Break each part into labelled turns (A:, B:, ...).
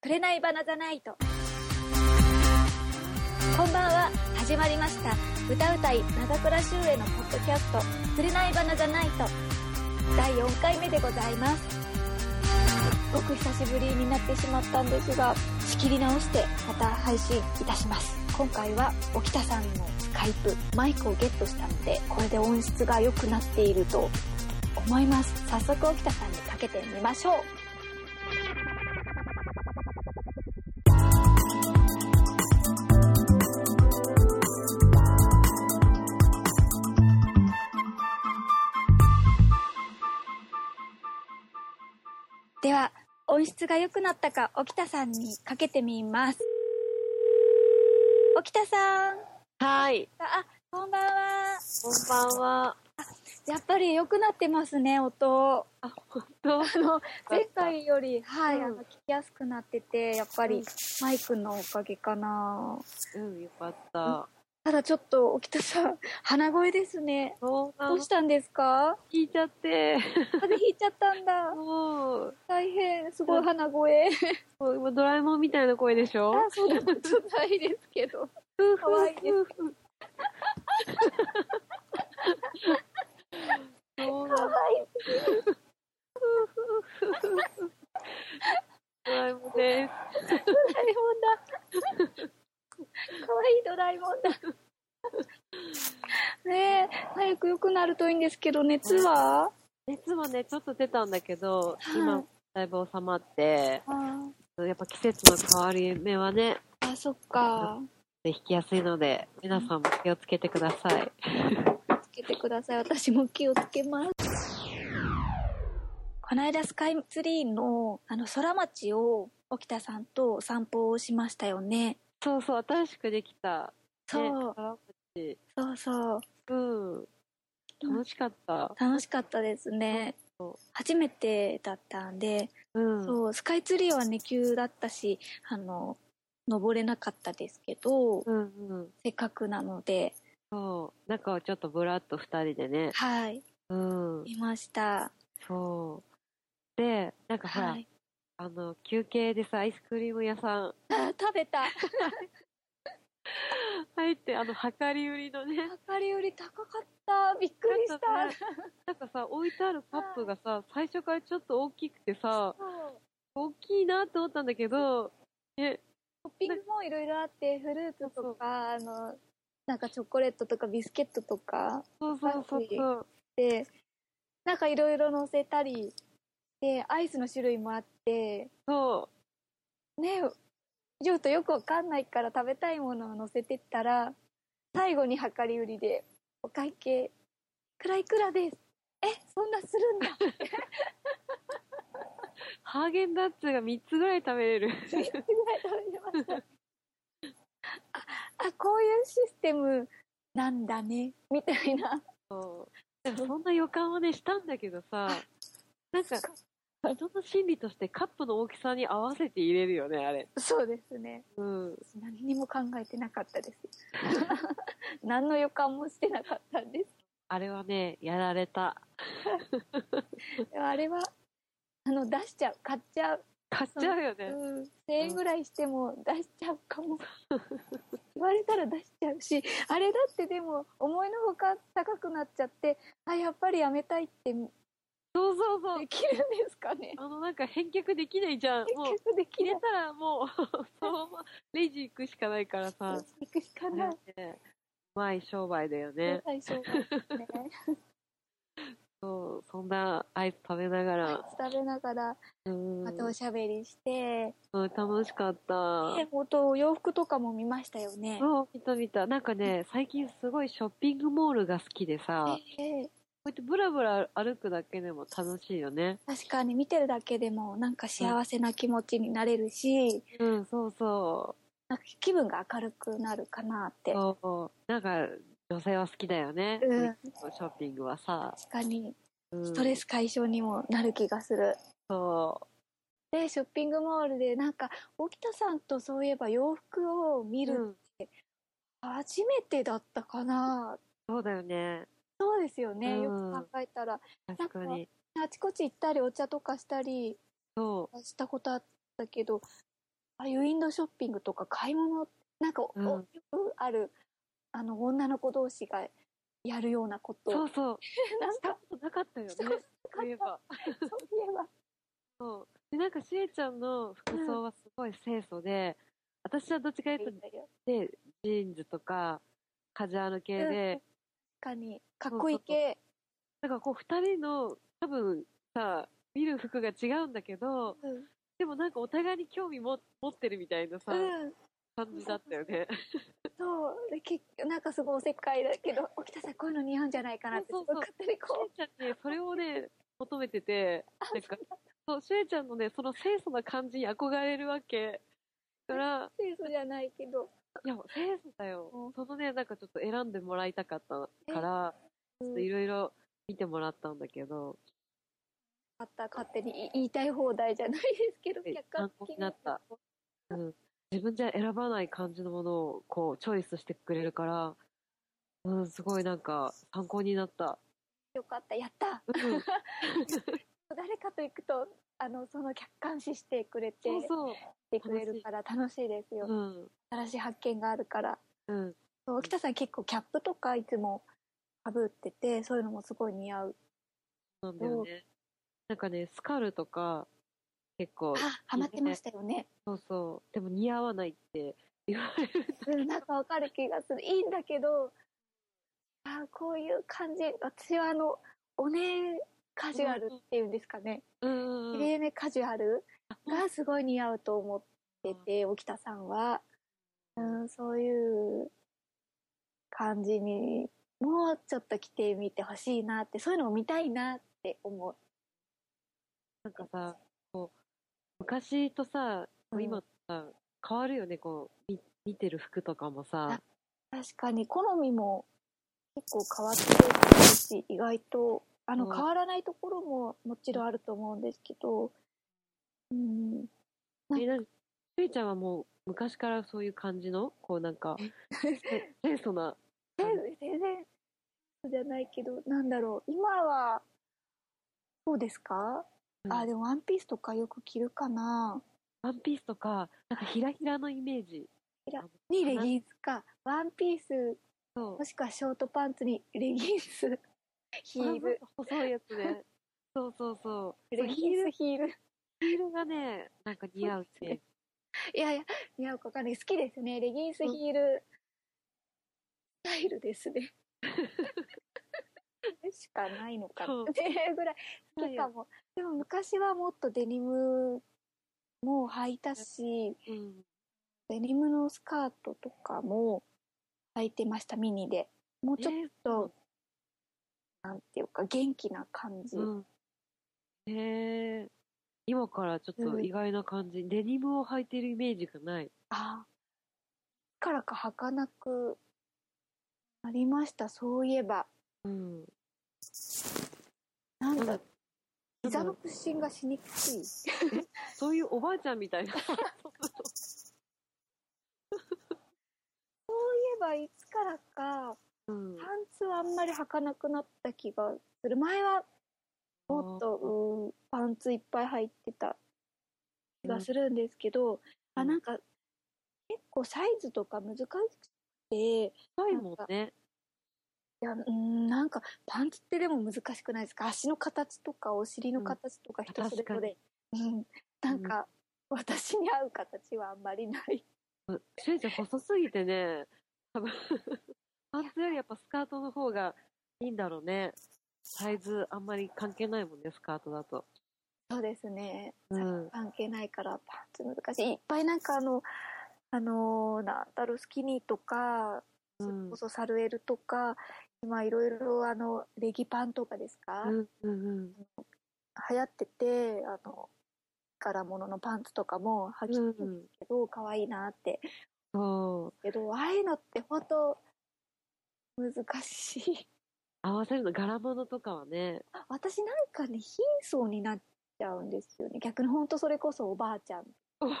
A: 紅花ザナイト。こんばんは、始まりました。歌うたい長倉修へのポッドキャスト、紅花ザナイト。第4回目でございます。ごく久しぶりになってしまったんですが、仕切り直してまた配信いたします。今回は沖田さんのスカイプ、マイクをゲットしたので、これで音質が良くなっていると思います。早速沖田さんにかけてみましょう。では、音質が良くなったか、沖田さんにかけてみます。沖田さん。
B: はい。
A: あ、こんばんは。
B: こんばんは。
A: やっぱり良くなってますね、音。あ、本当あの、前回より、はい、
B: うん
A: あの、聞きやすくなってて、やっぱり、マイクのおかげかな。
B: うん、よかった。
A: ただちょっと、沖田さん、鼻声ですね。
B: そうな
A: どう
B: の
A: したんですか
B: 聞いちゃって。
A: 風邪ひいちゃったんだ。
B: もう、
A: 大変、すごい鼻声。
B: もうもうドラえもんみたいな声でしょ
A: あ、そんなことないですけ ど。
B: ふう
A: かわいいです
B: ふうふうそうなの
A: はい。
B: ドラえもん
A: ド
B: で
A: ラえもんだ。かわいいドラえもんだ。ねえ、早く良くなるといいんですけど、熱は、
B: す。熱もね、ちょっと出たんだけど、
A: はい
B: 今、だいぶ収まって、
A: あ
B: やっぱ季節の変わり目はね、
A: あ、そっか。
B: 引きやすいので、皆さんも気をつけてください。
A: つけてください。私も気をつけます。この間スカイツリーのあの空町を沖田さんとお散歩をしましたよね。
B: そうそう、新しくできた。
A: そう、
B: ね。トランプ
A: そうそう。
B: うん。楽しかった。
A: 楽しかったですね
B: そ。
A: 初めてだったんで、
B: うん。
A: そう、スカイツリーはね、急だったし、あの、登れなかったですけど、
B: うんうん。
A: せっかくなので、
B: そう。中をちょっとぶらっと二人でね。
A: はい、
B: うん。
A: いました。
B: そう。で、なんかほら、
A: はい。
B: あの、休憩でさ、アイスクリーム屋さん
A: あ、食べた。
B: 入って、あの、量り売りのね、
A: 量り売り高かった。びっくりし
B: ちょっとね
A: た。
B: なんかさ、置いてあるカップがさ、最初からちょっと大きくてさ、
A: そう
B: 大きいなと思ったんだけど、え、
A: トッピングもいろいろあって、フルーツとか、あの、なんかチョコレートとかビスケットとか
B: そうそうそうそう。
A: で、なんかいろいろ乗せたりで、アイスの種類もあって、
B: そ
A: ね、ちょっとよくわかんないから食べたいものを乗せてったら、最後に量り売りで、お会計、いくらいくらです。え、そんなするん だ。
B: う。ハーゲンダッツが3つぐらい食べれる。
A: 3つぐらい食べてました。あ、あ、こういうシステムなんだね、みたいな。
B: そう。でもそんな予感はね、したんだけどさ、なんか、人の心理としてカップの大きさに合わせて入れるよね、あれ。
A: そうですね。
B: うん。
A: 何にも考えてなかった です。何の予感もしてなかったんです。
B: あれはね、やられた。
A: あれは、あの、出しちゃう、買っちゃう。
B: 買っちゃうよね。
A: うん、1000円ぐらいしても出しちゃうか も言われたら出しちゃうしあれだってでも思いのほか高くなっちゃってあやっぱりやめたいってで
B: そうそうそう。
A: きるんですかね
B: あの、なんか返却できないじゃん。もう、
A: 結局できな
B: 入れ
A: い
B: たらもう、 そのままレジ行くしかないからさ。
A: 行くしかない、
B: ねうまい商売だよね。
A: 最初はね
B: そう、そんなアイス食べながら。
A: 食べながら
B: うん。
A: またおしゃべりして、
B: うん楽しかった。
A: で元お洋服とかも見ましたよね、
B: そう、見た見た。なんかね、最近すごいショッピングモールが好きでさ、
A: ええ
B: こうやってブラブラ歩くだけでも楽しいよね。
A: 確かに見てるだけでもなんか幸せな気持ちになれるし、
B: うん、そうそ
A: なんか気分が明るくなるかなって
B: う。そう。なんか、女性は好きだよね。
A: うん
B: ショッピングはさ。
A: 確かに
B: うん
A: ストレス解消にもなる気がする。
B: そ
A: で、ショッピングモールで、なんか、沖田さんとそういえば洋服を見
B: う。う
A: る
B: ん
A: 初めてだったかな。
B: そうだよね。
A: そうですよね。
B: うん
A: よく考えたら。
B: 確かに。
A: あちこち行ったり、お茶とかしたり
B: そ
A: したことあったけど、ああいうウィンドウショッピングとか買い物なんか、お
B: うん
A: よくあるあの女の子同士がやるようなこと
B: そう
A: を
B: そう。
A: なんか
B: なかったよね
A: したこと。
B: そういえば。
A: そういえば
B: そう。で、なんか、しえちゃんの服装はすごい清楚で、私はどっちかというと、
A: 確
B: で、ジーンズとか、カジュアル系で、
A: かにかっこいい系
B: なんかこう、二人の、多分さ、見る服が違うんだけど、
A: うん
B: でもなんかお互いに興味も持ってるみたいなさ、
A: うん
B: 感じだったよ ね。
A: そうで結局なんかすごいおせっかいだけど沖田さんこういうの似合うんじゃないかなってすごい
B: そうそうそう
A: 勝手に
B: し
A: こ
B: えちゃんね、それをね、求めてて、
A: う
B: なんか、そう、しえちゃんのね、その清楚な感じに憧れるわけ。だから、
A: 清楚じゃないけど
B: いや、清楚だよ
A: うん。
B: そのね、なんかちょっと選んでもらいたかったから、
A: う
B: ちょっ
A: ん
B: といろいろ見てもらったんだけど、
A: あった勝手に言い言いたい放題じゃないですけど
B: え
A: 客観的
B: 参考になっうん、自分じゃ選ばない感じのものをこうチョイスしてくれるから、うん、すごいなんか参考になった。
A: よかったやった
B: うん、
A: 誰かと行くとあのその客観視してくれて
B: そうそう。
A: 来てくれるから楽しいですよ、
B: うん、
A: 新しい発見があるから
B: うん、
A: そう沖田さん結構キャップとかいつもかぶっててそういうのもすごい似合う
B: なんだよね。なんかね、スカルとか、結構、
A: あハマってましたよね
B: そうそう。でも似合わないって言われる。
A: うんなんかわかる気がするいいんだけどあこういう感じ私はあのおねカジュアルっていうんですかね
B: うん
A: き
B: うんうん。
A: れいめカジュアルがすごい似合うと思ってて沖田さんは、うん、そういう感じにもうちょっと着てみてほしいなってそういうのを見たいなって思う。
B: なんかさ、こう、昔とさ、
A: うん
B: 今とさ、変わるよね、こう、み見てる服とかもさ。
A: 確かに好みも結構変わってくるし意外とあの
B: うん
A: 変わらないところももちろんあると思うんですけどうんうん
B: え、なんか、ゆいちゃんはもう、昔からそういう感じの、こうなんか、 せ清楚な、
A: 全全然じゃないけどなんだろう今はそうですか、
B: うん
A: あでもワンピースとかよく着るかな
B: ワンピースとか、なんかひらひらのイメージ。
A: にレギンスかワンピース
B: そう
A: も。しくはショートパンツにレギンスヒール
B: あそう細いやつ ね。そうそうそう。
A: レギンスヒール
B: ヒールがね、なんか似合う
A: そうで
B: し。
A: いやいや、似合うかわかんない。好きですね。レギンスヒール、スタイルです ね。しかないのか
B: そう
A: な。っていうぐらい好きかも。でも昔はもっとデニムも履いたし、
B: うん。
A: デニムのスカートとかも履いてました、ミニで。もうちょっ
B: ね
A: と、なんていうか、元気な感じ。
B: うん。へえ。今からちょっと意外な感じ、デニムを履いてるイメージがない。
A: ああ。からか履かなくなりました、そういえば。
B: うん。
A: なん
B: な
A: だ
B: んか
A: 膝の屈伸がしにくい。
B: そういうおばあちゃんみ たいな。
A: そういえば、いつからか、
B: うん
A: パンツはあんまり履かなくなった気がする。前は、もっと、うん、パンツいっぱい履いてた気がするんですけど、あ、なんか、結構サイズとか難しくて、い
B: 深いもんね。
A: や、うん、なんか、パンツってでも難しくないですか足の形とか、お尻の形とか人それぞれ。うん、なんか、私に合う形はあんまりない。
B: しゅうちゃん細すぎてね、多分 パンツよりやっぱスカートの方がいいんだろうね。サイズあんまり関係ないもんね、スカートだと。
A: そうですね。
B: うん。
A: 関係ないからパンツ難しいいっぱいなんかあのあのーなんだろうスキニーとか
B: う
A: それ
B: ん
A: こそサルエルとか、今いろいろあのレギパンとかですか、
B: うんうん
A: 流行っててあの柄物のパンツとかも
B: う
A: 履
B: ん。う
A: きたい
B: ん。
A: けど可愛いなって
B: そう。
A: けどああいうのって本当難しい
B: 合わせるの、柄物とかはね。
A: 私なんかね貧相になっちゃうんですよね逆に本当それこそおばあちゃん
B: おばあ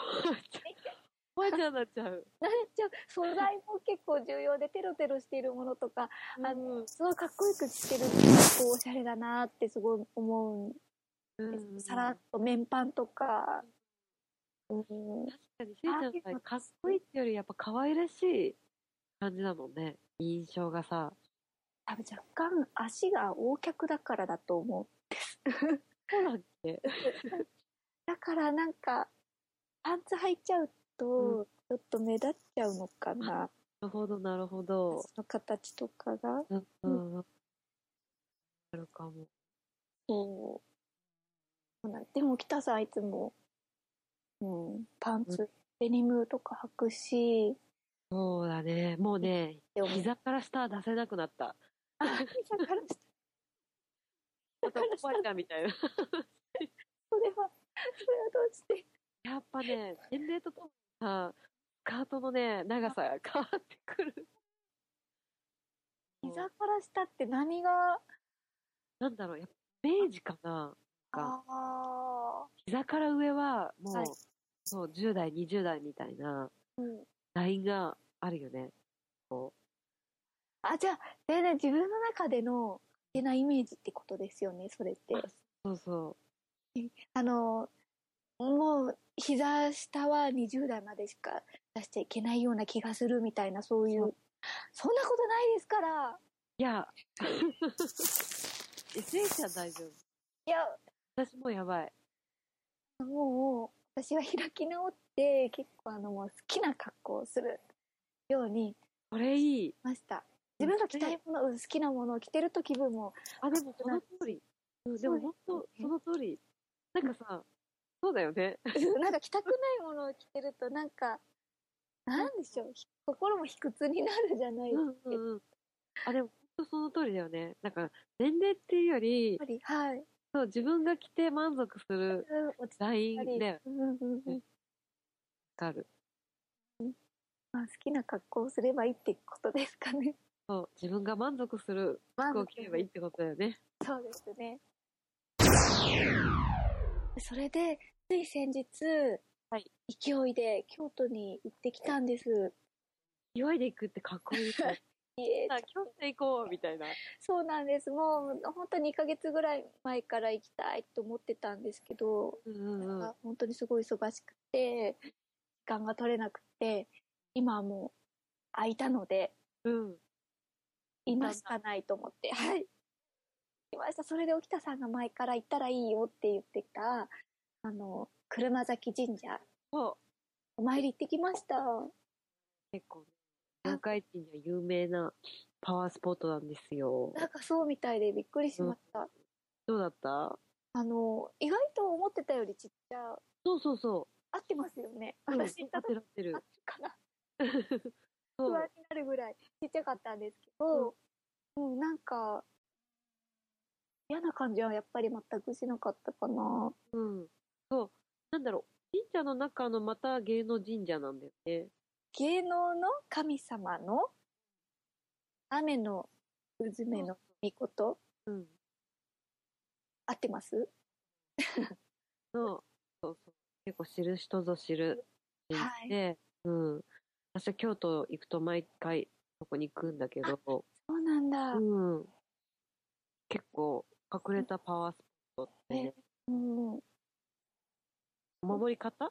B: ちゃん。おばあちゃんになっちゃう。
A: 慣れちゃう素材も結構重要でテロテロしているものとかあ
B: の、
A: すごいかっこよく着てるっておしゃれだなってすごい思うんです、さらっと綿パンとかうん
B: 確かに、せいちゃんの場合かっこいいってより、やっぱ可愛らしい感じだもんね。印象がさ。
A: 多分若干足が大脚だからだと思う。
B: そうだっけ
A: だからなんか、パンツ履いちゃうと、ちょっと目立っちゃうのかな。
B: なるほど、なるほど。
A: その形とかが。
B: うん
A: う
B: うん。あるかも。
A: そう。そうなんでも北さんいつも、うん、パンツ、デニムとか履くし、
B: そうだね。もうね、
A: でも、
B: 膝から下は出せなくなった。
A: あ膝から下、
B: あと、おばあちゃんみたいな。
A: それは、それはどうして
B: やっぱね、年齢とともにさ、スカートのね、長さが変わってくる。
A: 膝から下って何が、
B: なんだろう、やっぱイメージかな。
A: ああ
B: 膝から上は、もう、
A: はい
B: そう、10代、20代みたいな、
A: ー、うん。
B: ラインがあるよね。
A: あ、じゃあ、全然自分の中での、いけなイメージってことですよね、それって。
B: そうそ
A: あの、もう、膝下は20代までしか出しちゃいけないような気がするみたいな、そうい。
B: そう
A: そんなことないですから。
B: う。いや、え、せいちゃん大丈夫。
A: いや、
B: 私もうやばい。
A: もう、私は開き直って、結構あの、もう好きな格好をするように
B: これいい。
A: しました。自分が着たいもの、うん好きなものを着てると気分も、
B: あ、でもその通り。うん、でも本当、その通り。なんかさ、そうだよね。
A: なんか着たくないものを着てると、なんか、なんでしょう、ひ心も卑屈になるじゃないです
B: うんうんうん。あ、でも本当その通りだよね。なんか、年齢っていうより、
A: か。やっぱり、はい。
B: そう、自分が着て満足する
A: うん落ち着い
B: ライ
A: たり
B: ンで、
A: うんうんうん
B: わかる。
A: まあ、好きな格好をすればいいってことですかね。
B: そう、自分が満足する
A: ま
B: 服を着ればいいってことだよね。
A: そうですね。それで、つい先日、
B: はい
A: 勢いで京都に行ってきたんです。
B: 祝いで行くってかっこいいから。
A: いえ
B: さあ、今日で行こうみたいな。
A: そうなんです。もう、本当に2ヶ月ぐらい前から行きたいと思ってたんですけど、
B: うんうんうん。
A: あ本当にすごい忙しくて、時間が取れなくて、今はもう空いたので、
B: うん。
A: 今しかないと思って、はい。来ました。それで沖田さんが前から行ったらいいよって言ってた、あの、車崎神社、
B: そう。
A: お参り行ってきました。
B: 結構、四回地には有名なパワースポットなんですよ。
A: なんかそうみたいでびっくりしました。
B: どうだった
A: あの、意外と思ってたよりちっちゃ、
B: そうそうそ
A: 合ってますよね。
B: う。うん
A: 私行っ
B: 合
A: た
B: っ
A: 時
B: てる合って
A: 合っ
B: る。
A: てるかな。
B: そ
A: 不安
B: う。
A: になるぐらいちっちゃかったんですけど、うん、なんか、嫌な感じはやっぱり全くしなかったかな。
B: うん。そう。なんだろう。神社の中のまた芸能神社なんだよね。
A: 芸能の神様の雨のうずめのみこと
B: うん。
A: 合ってます
B: の、そうそう。結構知る人ぞ知る神社で、うん。私は京都行くと毎回そこに行くんだけど、
A: そうなんだ
B: うん。結構隠れたパワースポットって、ね、
A: うん、お
B: お守り方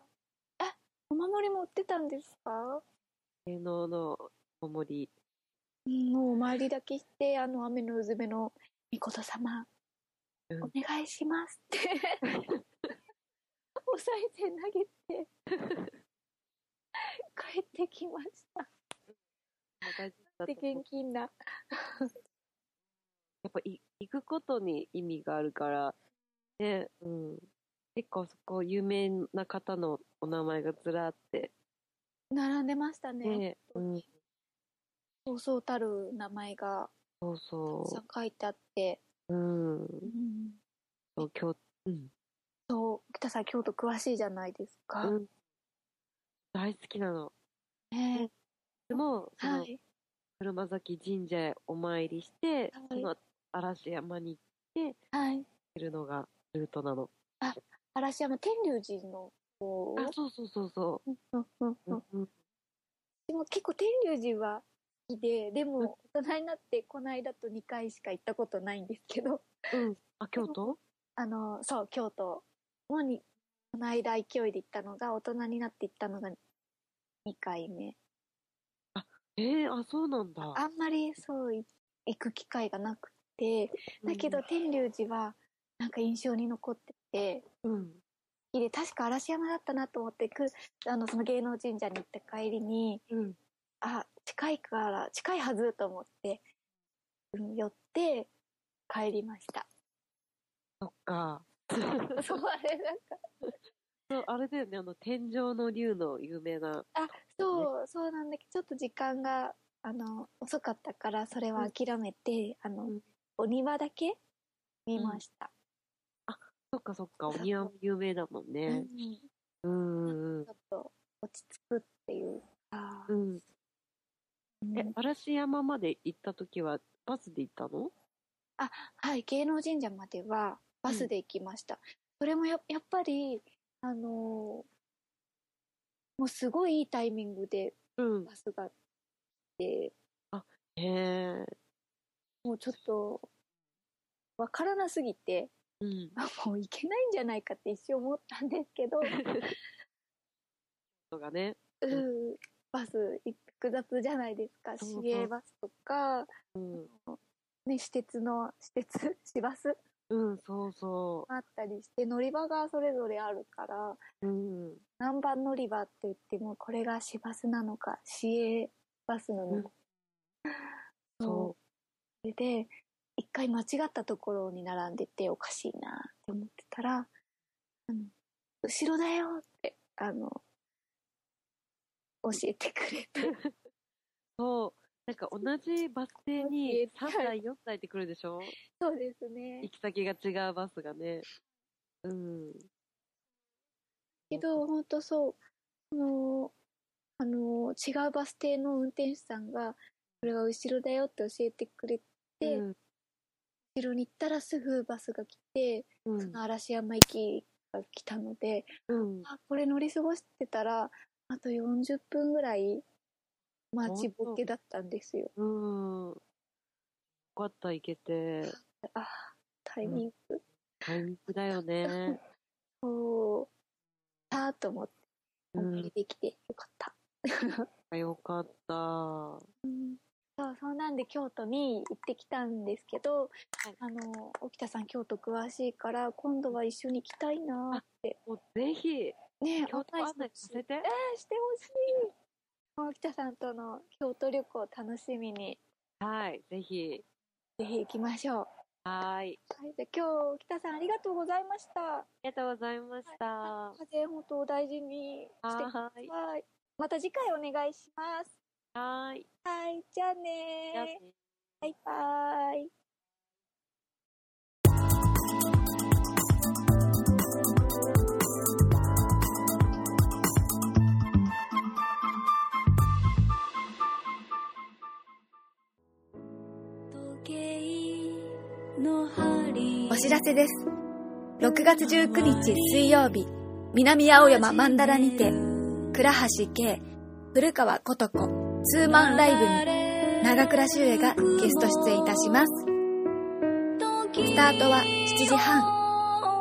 A: 守りも売ってたんですか、
B: 芸能のお守り。
A: うん、もうお参りだけしてあの雨のうずめのみこと様、
B: うん
A: お願いしますって お賽銭投げて帰ってきました
B: 大事だと
A: で
B: 思う
A: 現金な
B: やっぱい行くことに意味があるから、ね、うん。結構そこ有名な方のお名前がずらって、
A: 並んでましたね
B: ね、うん。
A: そうそうたる名前が
B: そう
A: たくさ
B: そ
A: ん書いてあって、
B: う。うん。
A: うん
B: そう、京うん。
A: そう、北さん、京都詳しいじゃないですか。
B: うん大好きなの。
A: ね
B: でも、そ
A: は
B: の、
A: い。
B: 車崎神社へお参りして、
A: はい
B: その嵐山に
A: はい。
B: 行けるのがルートなの。
A: 嵐山天龍寺の方。
B: あ、そうそうそうそ
A: うんうん
B: う。
A: うん。
B: うんうん
A: でも結構天龍寺は好きで、でも大人になってこの間と2回しか行ったことないんですけど、
B: うん。あ、京都
A: あの、そう、京都もにこの間勢いで行ったのが、大人になって行ったのが2回目。
B: えー、あ、そうなんだ。
A: あんまりそう、い行く機会がなくて、だけど天龍寺はなんか印象に残ってて、
B: うん、うん。
A: 好きで、確か嵐山だったなと思って、くあの、その芸能神社に行った帰りに、
B: うん。
A: あ、近いから、近いはずと思って、うん寄って帰りました。
B: そっか。
A: そう、あれなんか、
B: そう、あれだよね、あの、天井の竜の有名な。
A: あ、そう、そうなんだけど、ちょっと時間が、あの、遅かったから、それは諦めて、あの、
B: うん
A: お庭だけ見ました。
B: そっかそっか、お庭も有名だもん
A: うん
B: ね。
A: ち
B: うんうん
A: ょっと落ち着くっていうか
B: う、ん。
A: うん
B: え、嵐山まで行った時は、バスで行ったの
A: はい、芸能神社まではバスで行きました。それもややっぱり、あのーもうすごいいいタイミングで
B: うん。
A: バスが来て、
B: へえ。
A: もうちょっと、わからなすぎて、
B: うん。
A: あもう行けないんじゃないかって一瞬思ったんですけど、
B: とかね。
A: うん、バス複雑じゃないですか。
B: そうそう
A: 市営バスとか、
B: うん。
A: ね、私鉄の、私鉄、市バス
B: うん、そうそ
A: あったりして、乗り場がそれぞれあるから、
B: う。うん。
A: 何番乗り場って言っても、これが市バスなのか、市営バスなのか。
B: そ
A: それで、一回間違ったところに並んでて、おかしいなって思ってたら、あの、後ろだよって、あの、教えてくれて。
B: う。そう。なんか同じバス停に3台、4台って来るでしょ
A: そうですね
B: 行。き先が違うバスがね。うん。
A: けど、本当そう、その、あの、違うバス停の運転手さんが、これは後ろだよって教えてくれて、
B: うん、
A: 後ろに行ったらすぐバスが来て、
B: う
A: そ
B: ん。
A: の嵐山行きが来たので、
B: うん。
A: あ、これ乗り過ごしてたら、あと40分ぐらい、待ちぼけだったんですよ。
B: うん。よかった、行けて。
A: あ、タイミング。
B: タイミングだよ ね。
A: そう。さあと思って、
B: う
A: 思い
B: ん
A: 出。できてよかった。
B: よかった。
A: うんそう、そうなんで京都に行ってきたんですけど、
B: はい
A: あの、沖田さん京都詳しいから、今度は一緒に行きたいなって。
B: もうぜひ、
A: ね
B: 京都案
A: 案内
B: 内
A: してほしい
B: させて。
A: えーしてほしい。 沖田さんとの京都旅行を楽しみに、
B: はい、ぜひ。
A: ぜひ行きましょう。
B: はい。
A: はい、じゃあ今日、沖田さんありがとうございました。
B: ありがとうございました。は
A: 風邪本当お大事にしてくだ
B: い。
A: さい。また次回お願いします。
B: はい。
A: はい、じゃあ
B: じゃあ
A: ね
B: ね
A: ー。バイバーイ。
C: お知らせです。6月19日水曜日、南青山曼荼羅にて、
A: 倉橋圭、古川琴子、ツーマンライブに長倉修恵がゲスト出演いたします。スタートは7時半。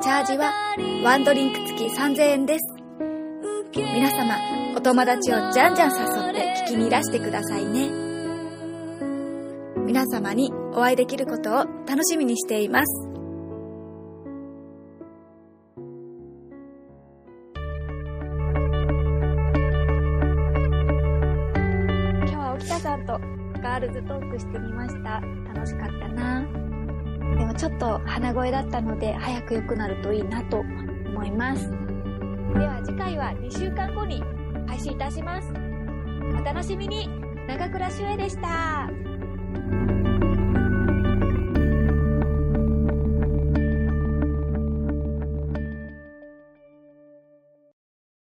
A: チャージはワンドリンク付き3000円です。皆様、お友達をじゃんじゃん誘って聞きにいらしてくださいね。皆様にお会いできることを楽しみにしています。今日は沖田さんとガールズトークしてみました楽しかったなでもちょっと鼻声だったので早く良くなるといいなと思いますでは次回は2週間後に配信いたしますお楽しみに長倉修恵でした